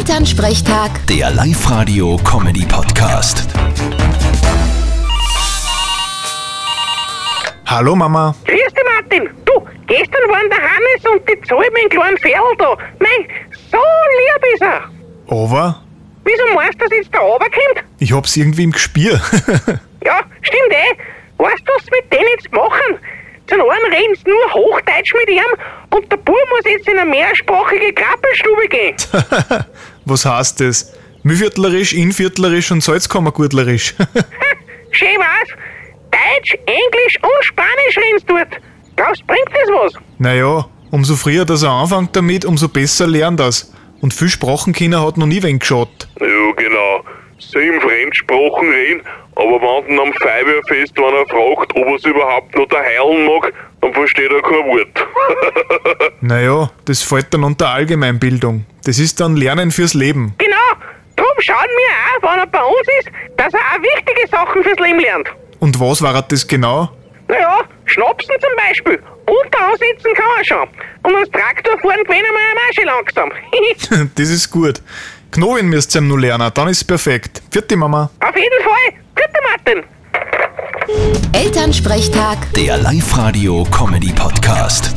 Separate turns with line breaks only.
Elternsprechtag,
Der Live-Radio-Comedy-Podcast.
Hallo Mama.
Grüß dich, Martin. Du, gestern waren der Hannes und die Zoe mit dem kleinen Pferdl da. Nein, so lieb ist er.
Aber
Wieso meinst du, dass jetzt da runterkommt?
ich hab's irgendwie im Gespür.
Ja, stimmt eh. Weißt du, was sie mit denen jetzt machen? Zum einen reden sie nur Hochdeutsch mit ihm und der Bub muss jetzt in eine mehrsprachige Krabbelstube gehen.
Was heißt das? Mühviertlerisch, Inviertlerisch und Salzkammergurtlerisch.
Schön war's. Deutsch, Englisch und Spanisch reden sie dort. Glaubst du, bringt das was?
naja, umso früher dass er anfängt damit, umso besser lernt er's. Und viel Sprachenkinder hat noch nie wen geschaut.
Ja, genau. Sieben Fremdsprachen reden, aber wenn dann am Feuerwehrfest einer fragt, ob er es überhaupt noch da heilen mag, dann versteht er kein Wort.
Naja, das fällt dann unter Allgemeinbildung. Das ist dann Lernen fürs Leben.
Genau. Drum schauen wir auch, wenn er bei uns ist, dass er auch wichtige Sachen fürs Leben lernt.
Und was war das genau?
Naja, Schnapsen zum Beispiel. Unter ansitzen kann er schon. Und ans Traktor fahren gewinnen wir am Arsch langsam.
das ist gut. Knowen müsst ihr ihm nur lernen, dann ist perfekt. Vierte Mama.
Auf jeden Fall. Gute Martin.
Elternsprechtag.
Der Live-Radio-Comedy-Podcast.